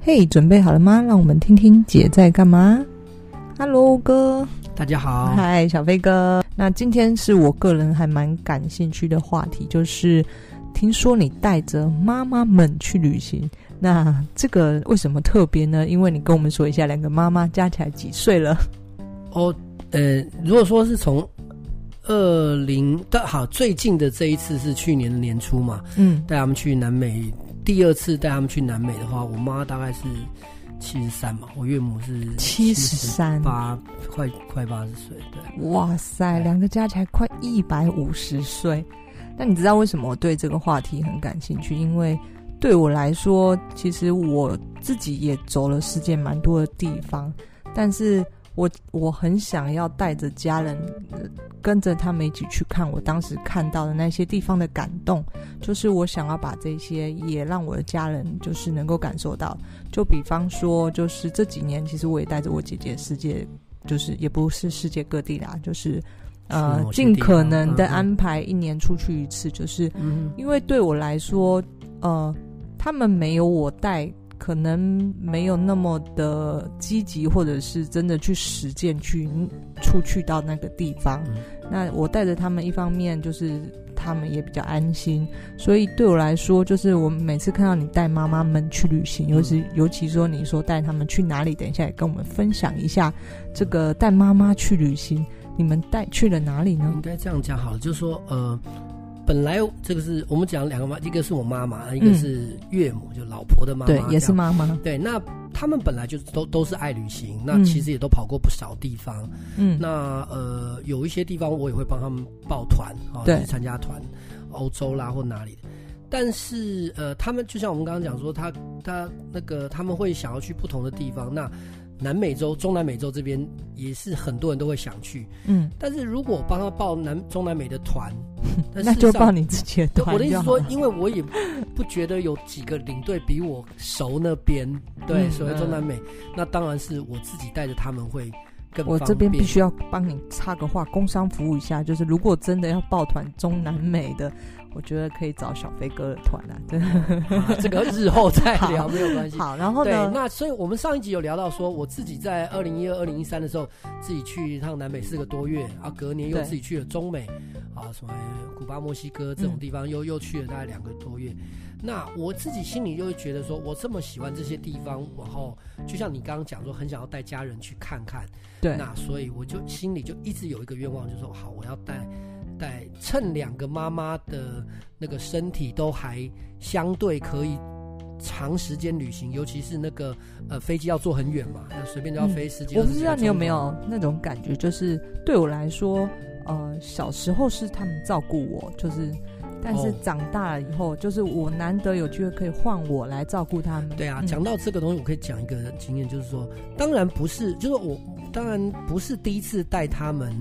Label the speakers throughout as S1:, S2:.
S1: 嘿、准备好了吗？让我们听听姐在干嘛。Hello 哥，
S2: 大家好，
S1: 嗨，小飞哥。那今天是我个人还蛮感兴趣的话题，就是听说你带着妈妈们去旅行，那这个为什么特别呢？因为你跟我们说一下，两个妈妈加起来几岁了？
S2: 哦，呃，如果说是从二零的好最近的这一次是去年的年初嘛，
S1: 嗯，
S2: 带他们去南美，第二次带他们去南美的话，我妈大概是七十三嘛，我岳母是
S1: 七十三。
S2: 八，快快八十岁，对，
S1: 哇塞，两个加起来快一百五十岁。那你知道为什么我对这个话题很感兴趣？因为对我来说，其实我自己也走了世界蛮多的地方，但是我我很想要带着家人，呃跟着他们一起去看我当时看到的那些地方的感动，就是我想要把这些也让我的家人就是能够感受到。就比方说，就是这几年其实我也带着我姐姐世界就是也不是世界各地啦，就是
S2: 是
S1: 呃
S2: 某，些
S1: 尽
S2: 地
S1: 可
S2: 方
S1: 能的
S2: 嗯嗯
S1: 安排一年出去一次，就是
S2: 嗯，
S1: 因为对我来说，呃，他们没有我带，可能没有那么的积极，或者是真的去实践去出去到那个地方。
S2: 嗯
S1: 那我带着他们，一方面就是他们也比较安心，所以对我来说，就是我每次看到你带妈妈们去旅行，尤
S2: 嗯
S1: 其尤其说你说带他们去哪里，等一下也跟我们分享一下这个带妈妈去旅行，你们带去了哪里呢
S2: 应？该这样讲好了，就是说，呃，本来这个是我们讲两个妈，一个是我妈妈，一个是岳母，就老婆的
S1: 嗯
S2: 妈妈，
S1: 对，也
S2: 这
S1: 是
S2: 样
S1: 妈妈，
S2: 对，那他们本来就都都是爱旅行，那
S1: 嗯
S2: 其实也都跑过不少地方。
S1: 嗯，
S2: 那呃，有一些地方我也会帮他们报团啊，
S1: 对
S2: 去参加团，欧洲啦或哪里的。但是呃，他们就像我们刚刚讲说，他他那个他们会想要去不同的地方。那南美洲、中南美洲这边也是很多人都会想去，
S1: 嗯。，
S2: 但是如果帮他报南中南美的团 但
S1: 那
S2: 事实
S1: 就
S2: 上
S1: 报你自己的
S2: 对
S1: 团
S2: 我的意
S1: 就
S2: 思
S1: 好
S2: 说
S1: 了，
S2: 因为我也不觉得有几个领队比我熟那 边，对，
S1: 嗯
S2: 所谓中南美，那当然是我自己带着他们会更
S1: 我
S2: 方
S1: 这边
S2: 便
S1: 必须要帮你插个话，工商服务一下，就是如果真的要抱团中南美的，我觉得可以找小飞哥的团啊，真的
S2: 啊这个日后再
S1: 好
S2: 聊没有关系。
S1: 好。然后
S2: 对，
S1: 呢，
S2: 那所以我们上一集有聊到说，我自己在二零一二、二零一三的时候，自己去一趟南美四个多月啊，隔年又
S1: 对
S2: 自己去了中美，啊，什么古巴、墨西哥这种
S1: 嗯
S2: 地方，又又去了大概两个多月。那我自己心里就会觉得说，我这么喜欢这些地方，然后就像你刚刚讲说，很想要带家人去看看，
S1: 对
S2: 那所以我就心里就一直有一个愿望，就是说好，我要带带趁两个妈妈的那个身体都还相对可以长时间旅行，尤其是那个呃飞机要坐很远嘛，那随便就要飞十
S1: 嗯
S2: 几、
S1: 我
S2: 二
S1: 不
S2: 十几
S1: 知
S2: 个
S1: 道你有
S2: 钟
S1: 没
S2: 头
S1: 有那种感觉，就是对我来说，呃，小时候是他们照顾我，就是，但是
S2: 哦
S1: 长大了以后，就是我难得有机会可以换我来照顾他们。
S2: 对啊，
S1: 嗯
S2: 讲到这个东西，我可以讲一个经验，就是说，当然不是，就是我当然不是第一次带他们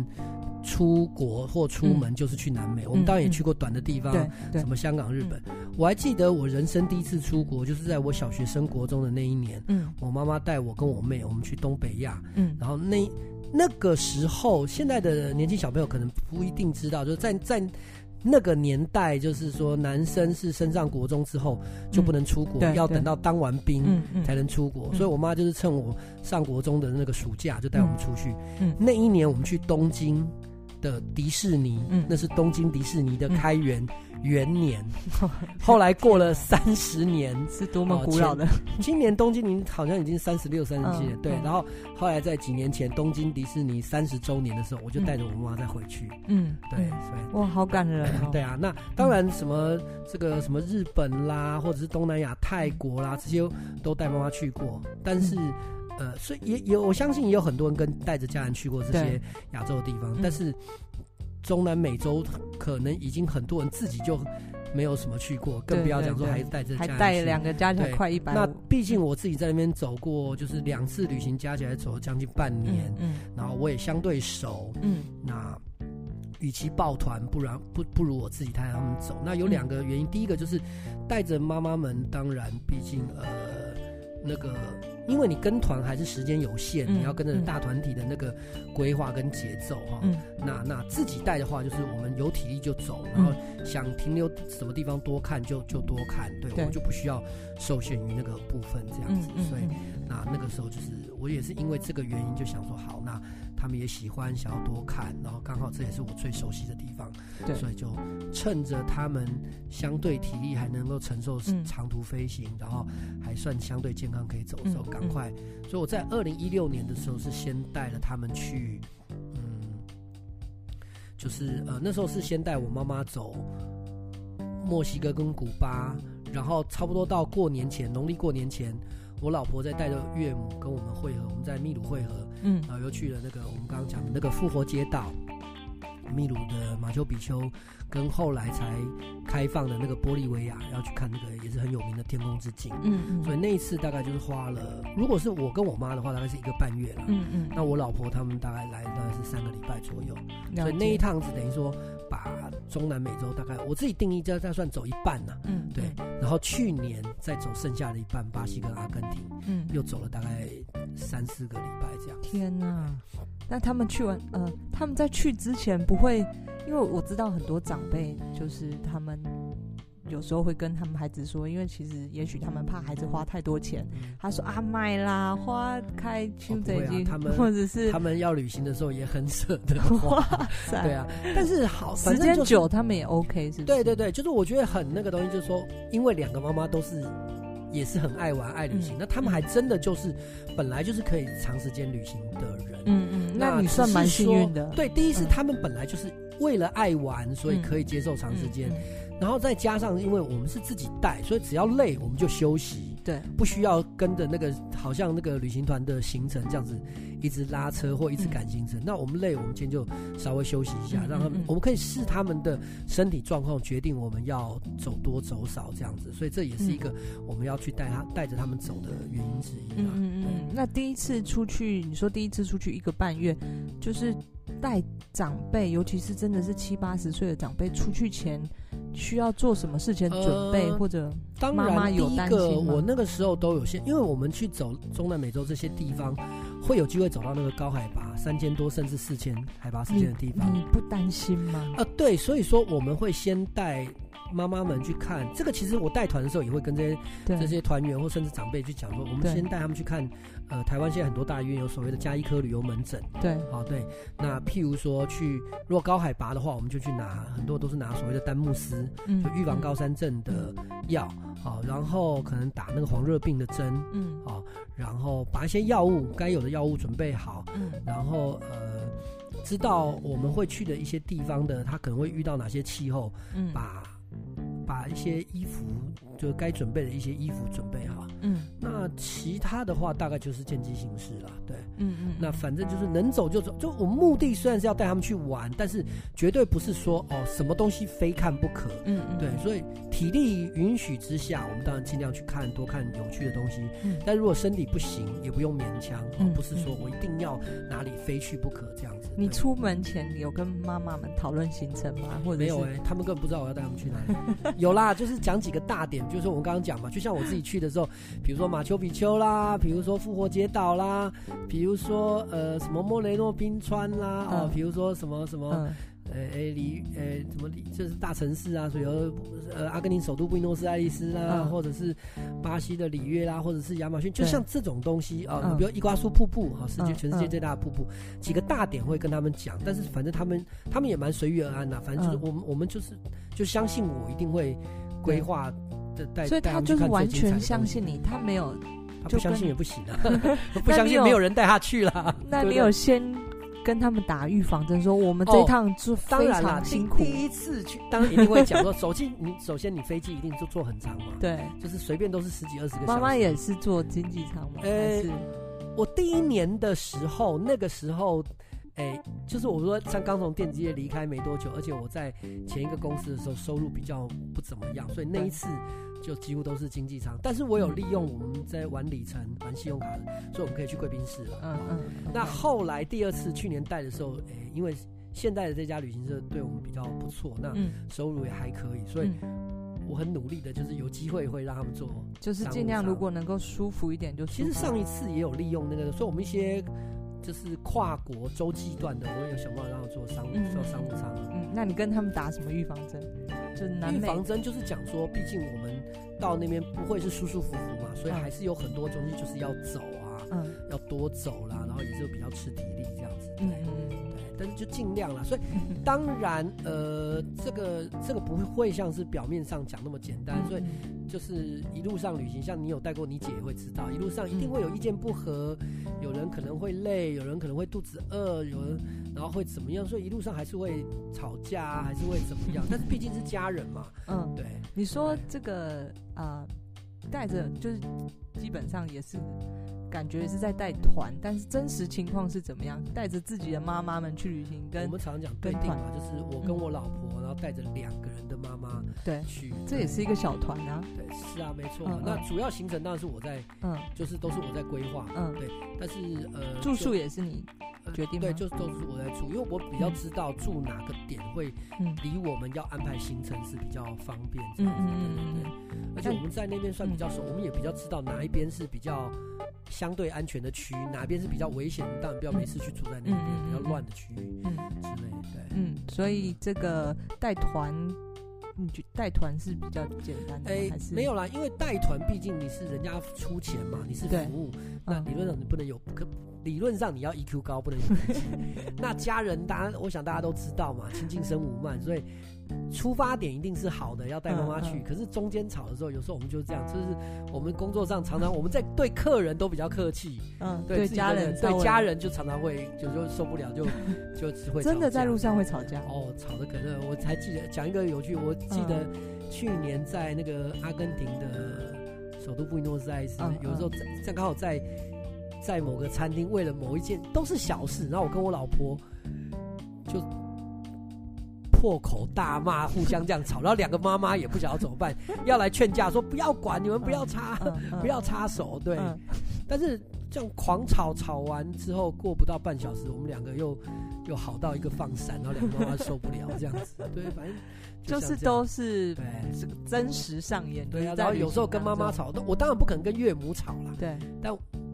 S2: 出国或出
S1: 嗯
S2: 门，就是去南美。我们当然也去过短的地方，
S1: 对对
S2: 啊
S1: 嗯
S2: 什，么香港、日本。我还记得我人生第一次出国，就是在我小学升国中的那一年，
S1: 嗯
S2: 我妈妈带我跟我妹，我们去东北亚，
S1: 嗯
S2: 然后那那个时候，现在的年轻小朋友可能不一定知道，就是在在那个年代，就是说男生是升上国中之后就不能出国，
S1: 嗯对
S2: 要
S1: 对
S2: 等到当完兵
S1: 嗯嗯
S2: 才能出国。
S1: 嗯
S2: 所以我妈就是趁我上国中的那个暑假，就带我们出去。
S1: 嗯
S2: 那一年我们去东京。的迪士尼，
S1: 嗯
S2: 那是东京迪士尼的开园元 年，后来过了三十年，
S1: 是多么
S2: 哦
S1: 古老的，
S2: 今年东京您好像已经三十六、三十七了
S1: 嗯，
S2: 对。
S1: 嗯
S2: 然后后来在几年前东京迪士尼三十周年的时候，我就带着我妈再回去，
S1: 嗯，
S2: 对，
S1: 嗯
S2: 所以。
S1: 哇，好感人哦。
S2: 对啊，那当然，什么这个什么日本啦，或者是东南亚、泰国
S1: 嗯
S2: 啦，这些都带妈妈去过。但是，呃，所以也也我相信也有很多人跟带着家人去过这些
S1: 对
S2: 亚洲的地方
S1: 嗯，
S2: 但是中南美洲可能已经很多人自己就没有什么去过，更
S1: 对
S2: 不要
S1: 对
S2: 讲说
S1: 对
S2: 还带着家
S1: 还
S2: 人去。
S1: 带两个加起来
S2: 对
S1: 快一百
S2: 那
S1: 五，
S2: 毕竟我自己在那边走过，就是两次旅行加起来走了将近半年，
S1: 嗯
S2: 然后我也相对熟。
S1: 嗯
S2: 那与其抱团，不然不不如我自己带他们走。那有两个原因，第一个就是带着妈妈们，当然，毕竟呃，那个，因为你跟团还是时间有限，
S1: 嗯
S2: 你要跟着
S1: 嗯
S2: 大团体的那个规划跟节奏哈。
S1: 嗯
S2: 那那自己带的话，就是我们有体力就走，
S1: 嗯
S2: 然后想停留什么地方多看就就多看，
S1: 对
S2: 对，我们就不需要受限于那个部分这样
S1: 嗯
S2: 子。
S1: 嗯
S2: 所以
S1: 嗯，
S2: 那那个时候就是我也是因为这个原因就想说，好，那他们也喜欢，想要多看，然后刚好这也是我最熟悉的地方，
S1: 对
S2: 所以就趁着他们相对体力还能够承受
S1: 嗯
S2: 长途飞行，然后还算相对健康可以走的时候，
S1: 嗯
S2: 赶、
S1: 嗯
S2: 快。所以我在二零一六年的时候是先带了他们去，嗯，就是呃那时候是先带我妈妈走墨西哥跟古巴，然后差不多到过年前，农历过年前，我老婆在带着岳母跟我们会合，我们在秘鲁会合，
S1: 嗯
S2: 然后又去了那个我们刚刚讲的那个复活街道，秘鲁的马丘比丘，跟后来才开放的那个玻利维亚，要去看那个也是很有名的天空之镜。
S1: 嗯
S2: 所以
S1: 嗯
S2: 那一次大概就是花了，如果是我跟我妈的话，大概是一个半月啦。
S1: 嗯嗯，
S2: 那我老婆他们大概来大概是三个礼拜左右，所
S1: 了
S2: 以那一
S1: 解
S2: 趟子等于说把中南美洲大概我自己定义这这算走一半呐、
S1: 嗯
S2: 对，然后去年再走剩下的一半，巴西跟阿根廷
S1: 嗯，
S2: 又走了大概三四个礼拜这样。
S1: 天呐！那他们去完，呃，他们在去之前不会，因为我知道很多长辈就是他们有时候会跟他们孩子说，因为其实也许他们怕孩子花太多钱，
S2: 嗯
S1: 他说啊买啦，花开心
S2: 不会
S1: 已
S2: 啊
S1: 经，
S2: 他们
S1: 或者是
S2: 他们要旅行的时候也很 舍得
S1: 哇
S2: 花，
S1: 塞，
S2: 对啊，但是好，
S1: 时
S2: 反正
S1: 间
S2: 就是
S1: 久他们也 OK，是不是？
S2: 对对对，就是我觉得很那个东西，就是说，因为两个妈妈都是也是很爱玩、爱旅行，
S1: 嗯
S2: 那他们还真的就是本来就是可以长时间旅行的人。
S1: 嗯嗯，
S2: 那
S1: 那你
S2: 只
S1: 算
S2: 是
S1: 蛮幸
S2: 说
S1: 运的，
S2: 对，第一是
S1: 嗯
S2: 他们本来就是为了爱玩，所以可以接受长
S1: 嗯，
S2: 时间，
S1: 嗯
S2: 然后再加上因为我们是自己带，所以只要累我们就休息。
S1: 对，
S2: 不需要跟着那个好像那个旅行团的行程这样子，一直拉车或一直赶行程。那我们累，我们今天就稍微休息一下，
S1: 嗯
S2: 让他们
S1: 嗯嗯
S2: 我们可以视他们的身体状况决定我们要走多走少这样子。所以这也是一个我们要去带他带着他们走的原因之一
S1: 嗯
S2: 啦。
S1: 嗯嗯，那第一次出去，你说第一次出去一个半月，就是带长辈，尤其是真的是七八十岁的长辈出去前，需要做什么事前准备，
S2: 呃
S1: 或者
S2: 当
S1: 妈妈
S2: 然，
S1: 有
S2: 第一
S1: 担
S2: 个
S1: 心吗
S2: 我那个时候都有些，因为我们去走中南美洲这些地方，会有机会走到那个高海拔三千多甚至四千海拔四
S1: 你
S2: 千的地方。
S1: 你不担心吗？
S2: 啊，对，所以说我们会先带妈妈们去看这个。其实我带团的时候也会跟这些
S1: 对，
S2: 这些团员或甚至长辈去讲说，我们
S1: 对
S2: 先带他们去看，呃，台湾现在很多大医院有所谓的加医科旅游门诊
S1: 对，
S2: 啊，对。那譬如说去，如果高海拔的话，我们就去拿很多都是拿所谓的丹木斯，
S1: 嗯
S2: 就预防高，山症的药，好、然后可能打那个黄热病的针，
S1: 嗯
S2: 好、然后把一些药物该有的药物准备好，
S1: 嗯
S2: 然后呃，知道我们会去的一些地方的，他可能会遇到哪些气候，
S1: 嗯，
S2: 把把一些衣服，就该准备的一些衣服准备好。
S1: 嗯
S2: 那其他的话，大概就是见机行事了。对，
S1: 嗯嗯，
S2: 那反正就是能走就走。就我目的虽然是要带他们去玩，但是绝对不是说哦什么东西非看不可。
S1: 嗯嗯
S2: 对，所以体力允许之下，我们当然尽量去看多看有趣的东西。
S1: 嗯
S2: 但如果身体不行，也不用勉强，哦
S1: 嗯
S2: 不是说我一定要哪里非去不可这样子。
S1: 你
S2: 对
S1: 出门前有跟妈妈们讨论行程吗？或者
S2: 没有
S1: 是
S2: 哎、他们根本不知道我要带他们去哪里。有啦，就是讲几个大点，就是我们刚刚讲嘛，就像我自己去的时候，比如说马丘比丘啦，比如说复活节岛啦，比如说呃什么莫雷诺冰川啦，哦
S1: 嗯，
S2: 比如说什么什么。
S1: 嗯
S2: 呃，哎，里，呃，什么里，这是大城市啊，所以有呃，阿根廷首都布宜诺斯艾利斯啦，
S1: 嗯
S2: 或者是巴西的里约啦，或者是亚马逊，就
S1: 对
S2: 像这种东西啊，
S1: 嗯
S2: 比如伊瓜苏瀑布啊，世界
S1: 嗯
S2: 全世界
S1: 嗯
S2: 最大的瀑布，几个大点会跟他们讲，但是反正他们他们也蛮随遇而安的，啊反正就是
S1: 嗯
S2: 我们我们就是就相信我一定会规划的带，
S1: 所以
S2: 带
S1: 他
S2: 们
S1: 就是
S2: 去看最
S1: 完
S2: 精彩
S1: 全
S2: 的
S1: 相
S2: 东西
S1: 信，你，他没有
S2: 他
S1: 就
S2: 不相
S1: 跟
S2: 信也不行啊，不
S1: 那
S2: 相
S1: 你
S2: 信
S1: 有
S2: 没有人带他去啦。
S1: 那
S2: 对不
S1: 你
S2: 对哦
S1: 有先跟他们打预防针，说我们这一趟是
S2: 当
S1: 非
S2: 然啦，
S1: 常
S2: 第
S1: 辛苦，
S2: 第一次去，当然一定会讲说，首先你首先你飞机一定就坐很长嘛，，
S1: 对，
S2: 就是随便都是十几二十个小时。
S1: 妈妈也是做经济舱吗？
S2: 呃
S1: 还是
S2: 我第一年的时候，那个时候，哎、就是我说像刚从电子业离开没多久，而且我在前一个公司的时候收入比较不怎么样，所以那一次就几乎都是经济舱。但是我有利用我们在玩里程、玩信用卡的，所以我们可以去贵宾室了。
S1: 嗯嗯，
S2: 那后来第二次去年带的时候，哎、因为现在的这家旅行社对我们比较不错，那
S1: 嗯，
S2: 收入也还可以，所以
S1: 嗯
S2: 我我很努力的，就是有机会会让他们做。
S1: 就是尽量如果能够舒服一点就舒服。
S2: 其实上一次也有利用那个，所以我们一些就是跨国洲际段的，我也有想办法让他做商务，
S1: 嗯
S2: 做商务舱。
S1: 嗯，那你跟他们打什么预防针？就是南
S2: 预
S1: 美
S2: 防针就是讲说，毕竟我们到那边不会是舒舒服服嘛，所以
S1: 嗯
S2: 还是有很多东西就是要走啊，
S1: 嗯
S2: 要多走啦，然后也就比较吃体力这样子。对
S1: 嗯嗯
S2: 对，但是就尽量啦。所以当然，呃，这个这个不会像是表面上讲那么简单，
S1: 嗯，
S2: 所以就是一路上旅行，像你有带过你姐也会知道，一路上一定会有意见不合，有人可能会累，有人可能会肚子饿，有人然后会怎么样，所以一路上还是会吵架，还是会怎么样，但是毕竟是家人嘛，
S1: 嗯，
S2: 对。
S1: 你说这个呃，带着就是基本上也是感觉是在带团，但是真实情况是怎么样？带着自己的妈妈们去旅行，
S2: 我
S1: 跟
S2: 们常讲对定嘛，就是我跟我老婆，然后带着两个人的妈妈
S1: 对，
S2: 去，
S1: 这也是一个小团啊。
S2: 对，是啊，没错
S1: 嗯。嗯
S2: 那主要行程当然是我在，
S1: 嗯
S2: 就是都是我在规划，
S1: 嗯，
S2: 但是呃，
S1: 住宿也是你
S2: 就呃
S1: 决定吗
S2: 对，就是都是我在住，因为我比较知道住哪个点会
S1: 嗯
S2: 离我们要安排行程是比较方便，这
S1: 嗯
S2: 样子
S1: 嗯嗯
S2: 对对对
S1: 嗯
S2: 而且我们在那边算比较熟，我们也比较知道哪一边是比较相对安全的区，域，哪边是比较危险，当然不要没事去住在
S1: 嗯
S2: 那边
S1: 嗯嗯
S2: 比较乱的区域
S1: 嗯嗯
S2: 之类的，对。
S1: 嗯，所以这个带团，你觉带团是比较简单的吗，
S2: 哎
S1: 还，是
S2: 没有啦，因为带团毕竟你是人家出钱嘛，你是
S1: 对
S2: 服务，那
S1: 嗯
S2: 理论上你不能有可，理论上你要 EQ 高，不能有脾气。 那家人，大家我想大家都知道嘛，亲近生无慢，所以出发点一定是好的，要带妈妈去。
S1: 嗯嗯
S2: 可是中间吵的时候，有时候我们就是这样，就是我们工作上常常我们在对客人都比较客气，
S1: 嗯，
S2: 对自己的
S1: 家人稍
S2: 对
S1: 微
S2: 家人就常常会就就受不了，就就只会
S1: 真的
S2: 吵架
S1: 在路上会吵架，
S2: 哦，吵得可热。我才记得讲一个有趣，我记得
S1: 嗯
S2: 去年在那个阿根廷的首都布宜诺斯艾斯，
S1: 嗯
S2: 有时候在在刚好在在某个餐厅，为了某一件都是小事，然后我跟我老婆就。破口大骂，互相这样吵，然后两个妈妈也不晓得怎么办，要来劝架，说不要管，你们不要插，
S1: 嗯
S2: 不要插手，对。
S1: 嗯
S2: 但是这样狂吵吵完之后，过不到半小时，我们两个又又好到一个放闪，然后两个妈妈受不了这样子。对，反正
S1: 就
S2: 像
S1: 是
S2: 这样
S1: 都是
S2: 对
S1: 真实上演，
S2: 对
S1: 就
S2: 啊。
S1: 是在
S2: 然后
S1: 旅
S2: 有时候
S1: 行
S2: 跟妈妈
S1: 当中，
S2: 吵，那我当然不可能跟岳母吵啦。
S1: 对，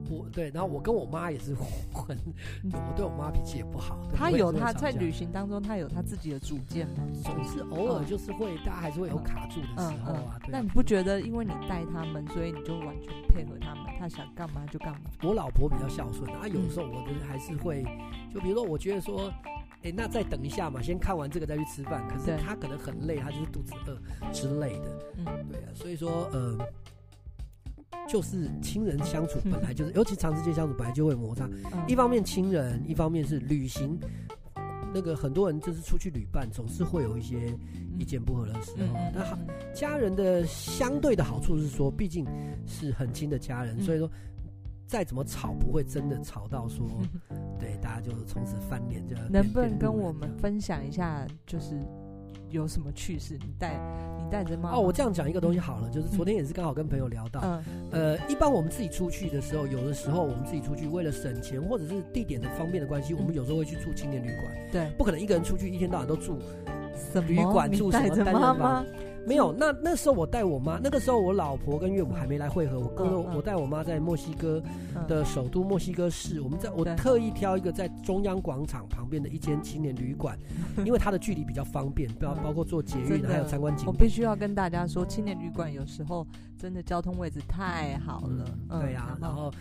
S2: 我对，然后我跟我妈也是混，我对我妈脾气也不好。对
S1: 他
S2: 我也是
S1: 有
S2: 会
S1: 他
S2: 吵
S1: 在
S2: 架
S1: 旅行当中，他有他自己的主见吗？
S2: 总是偶尔就是会，大家还是会有卡住的时候啊。对啊
S1: 嗯那你不觉得因为你带他们，所以你就完全配合他们，他想干嘛就干嘛？
S2: 我老婆比较孝顺啊，
S1: 嗯
S2: 有时候我就是还是会，就比如说我觉得说，哎、那再等一下嘛，先看完这个再去吃饭。可是
S1: 对
S2: 她可能很累，她就是肚子饿之类的，
S1: 嗯
S2: 对啊，所以说，呃，就是亲人相处本来就是，尤其长时间相处本来就会摩擦，
S1: 嗯
S2: 一方面亲人，一方面是旅行。那个很多人就是出去旅伴，总是会有一些意见不合的时候。
S1: 嗯
S2: 那好，
S1: 嗯
S2: 家人的相对的好处是说，毕竟是很亲的家人，
S1: 嗯
S2: 所以说再怎么吵不会真的吵到说，
S1: 嗯
S2: 对大家就从此翻脸就变
S1: 能不能
S2: 变
S1: 跟
S2: 路人
S1: 我们
S2: 这样
S1: 分享一下，就是有什么趣事？你带你带着妈妈
S2: 哦，我这样讲一个东西好了，就是昨天也是刚好跟朋友聊到，
S1: 啊嗯
S2: 呃，一般我们自己出去的时候，有的时候我们自己出去为了省钱或者是地点的方便的
S1: 嗯
S2: 关系，我们有时候会去住青年旅馆，
S1: 对
S2: 不可能一个人出去一天到晚都住
S1: 什么
S2: 旅馆住
S1: 你
S2: 什
S1: 带
S2: 么
S1: 着
S2: 单人
S1: 妈
S2: 房
S1: 妈
S2: 没有，那那时候我带我妈，那个时候我老婆跟岳母还没来会合，我跟我、
S1: 嗯嗯
S2: 我带我妈在墨西哥
S1: 嗯
S2: 的首都墨西哥市，我们在我
S1: 对
S2: 特意挑一个在中央广场旁边的一间青年旅 馆，因为它的距离比较方便，包
S1: 嗯
S2: 包括坐捷
S1: 真
S2: 运
S1: 的
S2: 还有参观景
S1: 我
S2: 点。
S1: 必须要跟大家说，青年旅馆有时候真的交通位置太好了。嗯
S2: 对呀、然后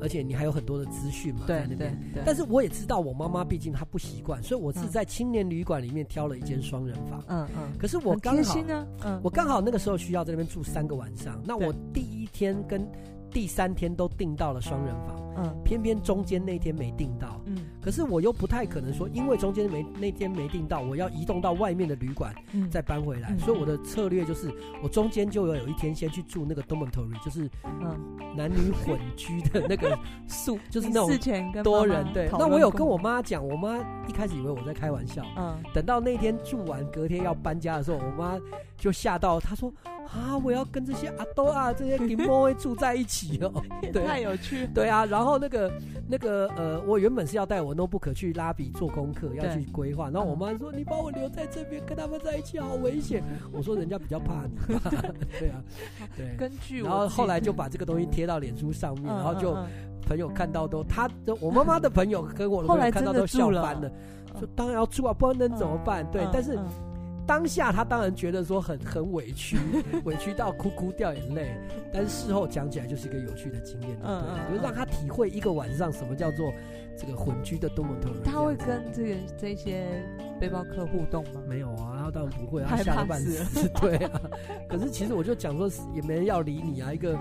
S2: 而且你还有很多的资讯嘛，
S1: 对
S2: 在那
S1: 对
S2: 边。
S1: 对，
S2: 但是我也知道我妈妈毕竟她不习惯，所以我是
S1: 嗯
S2: 在青年旅馆里面挑了一间双人房。
S1: 嗯嗯，
S2: 可是我
S1: 很
S2: 刚
S1: 贴
S2: 好
S1: 心啊，嗯，
S2: 我刚好那个时候需要在那边住三个晚上，那
S1: 对
S2: 我第一天跟第三天都订到了双人房，
S1: 嗯
S2: 偏偏中间那天没订到。
S1: 嗯
S2: 可是我又不太可能说，因为中间没那天没订到，我要移动到外面的旅馆
S1: 嗯，
S2: 再搬回来，
S1: 嗯
S2: 所以我的策略就是，我中间就有有一天先去住那个 dormitory，就是
S1: 嗯，
S2: 男女混居的那个宿，就是
S1: 你
S2: 那种
S1: 事前跟
S2: 多
S1: 妈妈
S2: 人对。
S1: 讨
S2: 那我
S1: 论
S2: 有
S1: 过
S2: 跟我，妈讲，我妈一开始以为我在开玩笑，
S1: 嗯
S2: 等到那天住完，隔天要搬家的时候，我妈就吓到，她说：“啊，啊，我要跟这些阿多啊这些 g i m o 住在一起哦。 对
S1: 太有趣，
S2: 对啊，然后那个那个呃，我原本是要带我 notebook 去拉比做功课，要去规划。然后我妈说：“
S1: 嗯
S2: 你把我留在这边，跟他们在一起好危险。”我说：“人家比较怕你。” 对啊，对。
S1: 根据我
S2: 然后
S1: 自己
S2: 后来就把这个东西贴到脸书上面，
S1: 嗯
S2: 然后就
S1: 嗯嗯
S2: 朋友看到都，他的我妈妈的朋友跟我的
S1: 后
S2: 朋
S1: 来
S2: 友看到
S1: 真的
S2: 都笑
S1: 住了
S2: 翻了，说当然要住啊，不然能怎么办？对
S1: 嗯，
S2: 但是
S1: 嗯
S2: 当下他当然觉得说很很委 屈，委屈到哭哭掉眼泪，但是事后讲起来就是一个有趣的经验，对了，
S1: 嗯嗯嗯
S2: 就是让他体会一个晚上什么叫做这个混居的多么多人。
S1: 他会跟这个这些背包客互动吗？
S2: 没有啊，他当然不会啊，
S1: 害
S2: 他
S1: 怕
S2: 吓得半死。 对啊，可是其实我就讲说也没人要理你啊，一个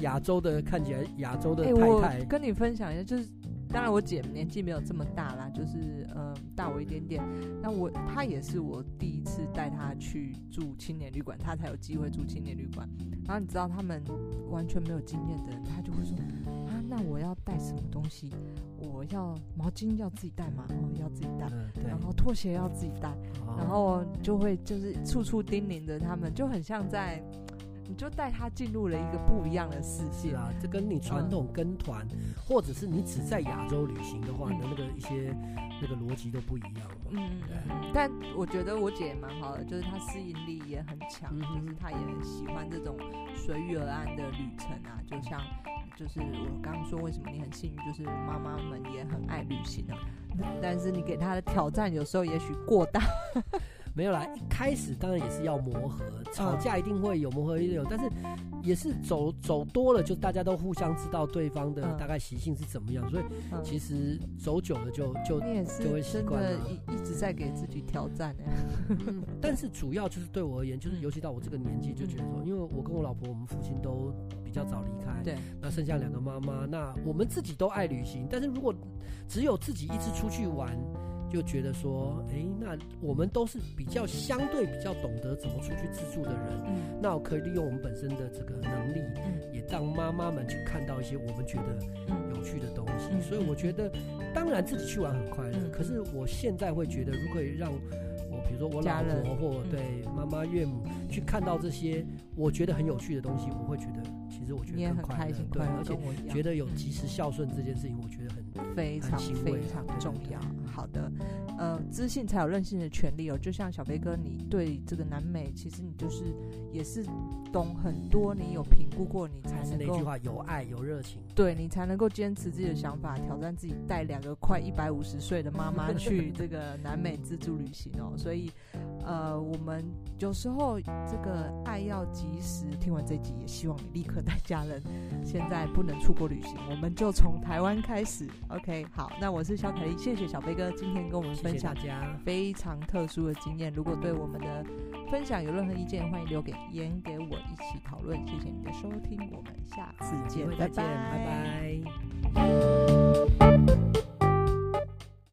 S2: 亚洲的看起来亚洲的
S1: 哎、
S2: 太
S1: 我
S2: 太，
S1: 跟你分享一下，就是当然我姐年纪没有这么大啦，就是嗯大我一点点。那我她也是我第一次带她去住青年旅馆，她才有机会住青年旅馆。然后你知道他们完全没有经验的人，他就会说啊，那我要带什么东西？我要毛巾要自己带吗？哦，要自己带。
S2: 嗯对，
S1: 然后拖鞋要自己带。
S2: 哦
S1: 然后就会就是处处叮咛着他们，就很像在，你就带他进入了一个不一样的世界
S2: 是。啊，这跟你传统跟团，或者是你只在亚洲旅行的话，
S1: 嗯
S2: 你的那个一些那个逻辑都不一样嘛。
S1: 嗯嗯嗯嗯，但我觉得我姐也蛮好的，就是她适应力也很强，
S2: 嗯哼
S1: 就是她也很喜欢这种随遇而安的旅程啊。就像，就是我刚刚说，为什么你很幸运，就是妈妈们也很爱旅行啊。但是你给她的挑战，有时候也许过大。
S2: 没有啦，一开始当然也是要磨合，
S1: 嗯
S2: 吵架一定会有磨合，一定有，但是也是走走多了，就大家都互相知道对方的
S1: 嗯
S2: 大概习性是怎么样，所以
S1: 嗯
S2: 其实走久了就就，
S1: 你也
S2: 就会
S1: 是
S2: 习
S1: 真
S2: 惯
S1: 的
S2: 了
S1: 一一直在给自己挑战哎、
S2: 嗯 但是主要就是对我而言，就是尤其到我这个年纪，就觉得说，因为我跟我老婆，我们父亲都比较早离开，
S1: 嗯对，
S2: 那剩下两个妈妈，那我们自己都爱旅行，但是如果只有自己一直出去玩，就觉得说，诶，那我们都是比较相对比较懂得怎么出去自助的人，
S1: 嗯
S2: 那我可以利用我们本身的这个能力，
S1: 嗯
S2: 也让妈妈们去看到一些我们觉得
S1: 嗯
S2: 有趣的东西。
S1: 嗯
S2: 所以我觉得，当然自己去玩很快乐，
S1: 嗯
S2: 可是我现在会觉得，如果让我比如说我
S1: 家
S2: 老
S1: 人
S2: 婆或
S1: 嗯
S2: 对妈妈、岳母去看到这些我觉得很有趣的东西，我会觉得其实我觉
S1: 你
S2: 得
S1: 也
S2: 更
S1: 很
S2: 快
S1: 开
S2: 乐
S1: 心，，
S2: 对，
S1: 快乐
S2: 而且
S1: 跟我一样
S2: 觉得有及时孝顺这件事情，我觉得很
S1: 非常
S2: 很欣慰啊
S1: 非常
S2: 对对
S1: 重
S2: 对
S1: 要。好的，呃，知性才有任性的权利哦。就像小飞哥，你对这个南美，其实你就是也是懂很多，你有评估过，你才
S2: 还是
S1: 能
S2: 那
S1: 够
S2: 句话，有爱有热情。
S1: 对你才能够坚持自己的想法，挑战自己，带两个快一百五十岁的妈妈去 这个南美自助旅行哦。所以，呃，我们有时候这个爱要及时。听完这集，也希望你立刻带家人。现在不能出国旅行，我们就从台湾开始。OK，好，那我是小凯丽，谢谢小飞哥今天跟我们
S2: 谢
S1: 分
S2: 谢大
S1: 享
S2: 家，
S1: 非常特殊的经验。如果对我们的分享有任何意见，欢迎留给言给我一起讨论。谢谢你的收听，我们下次见，
S2: 再见，
S1: 拜
S2: 拜拜